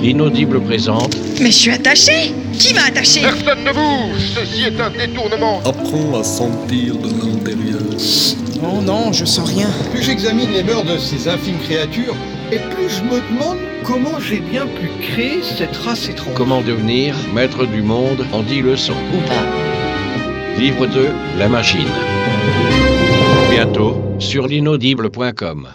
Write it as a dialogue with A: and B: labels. A: L'inaudible présente.
B: Mais je suis attachée Qui m'a attachée
C: Personne ne bouge Ceci est un détournement
D: Apprends à sentir de l'intérieur.
E: Non, non, je sens rien.
F: Plus j'examine les mœurs de ces infimes créatures, et plus je me demande comment j'ai bien pu créer cette race étrange.
A: Comment devenir maître du monde en 10 leçons.
G: Ou pas.
A: Livre 2, La machine. Bientôt sur l'inaudible.com.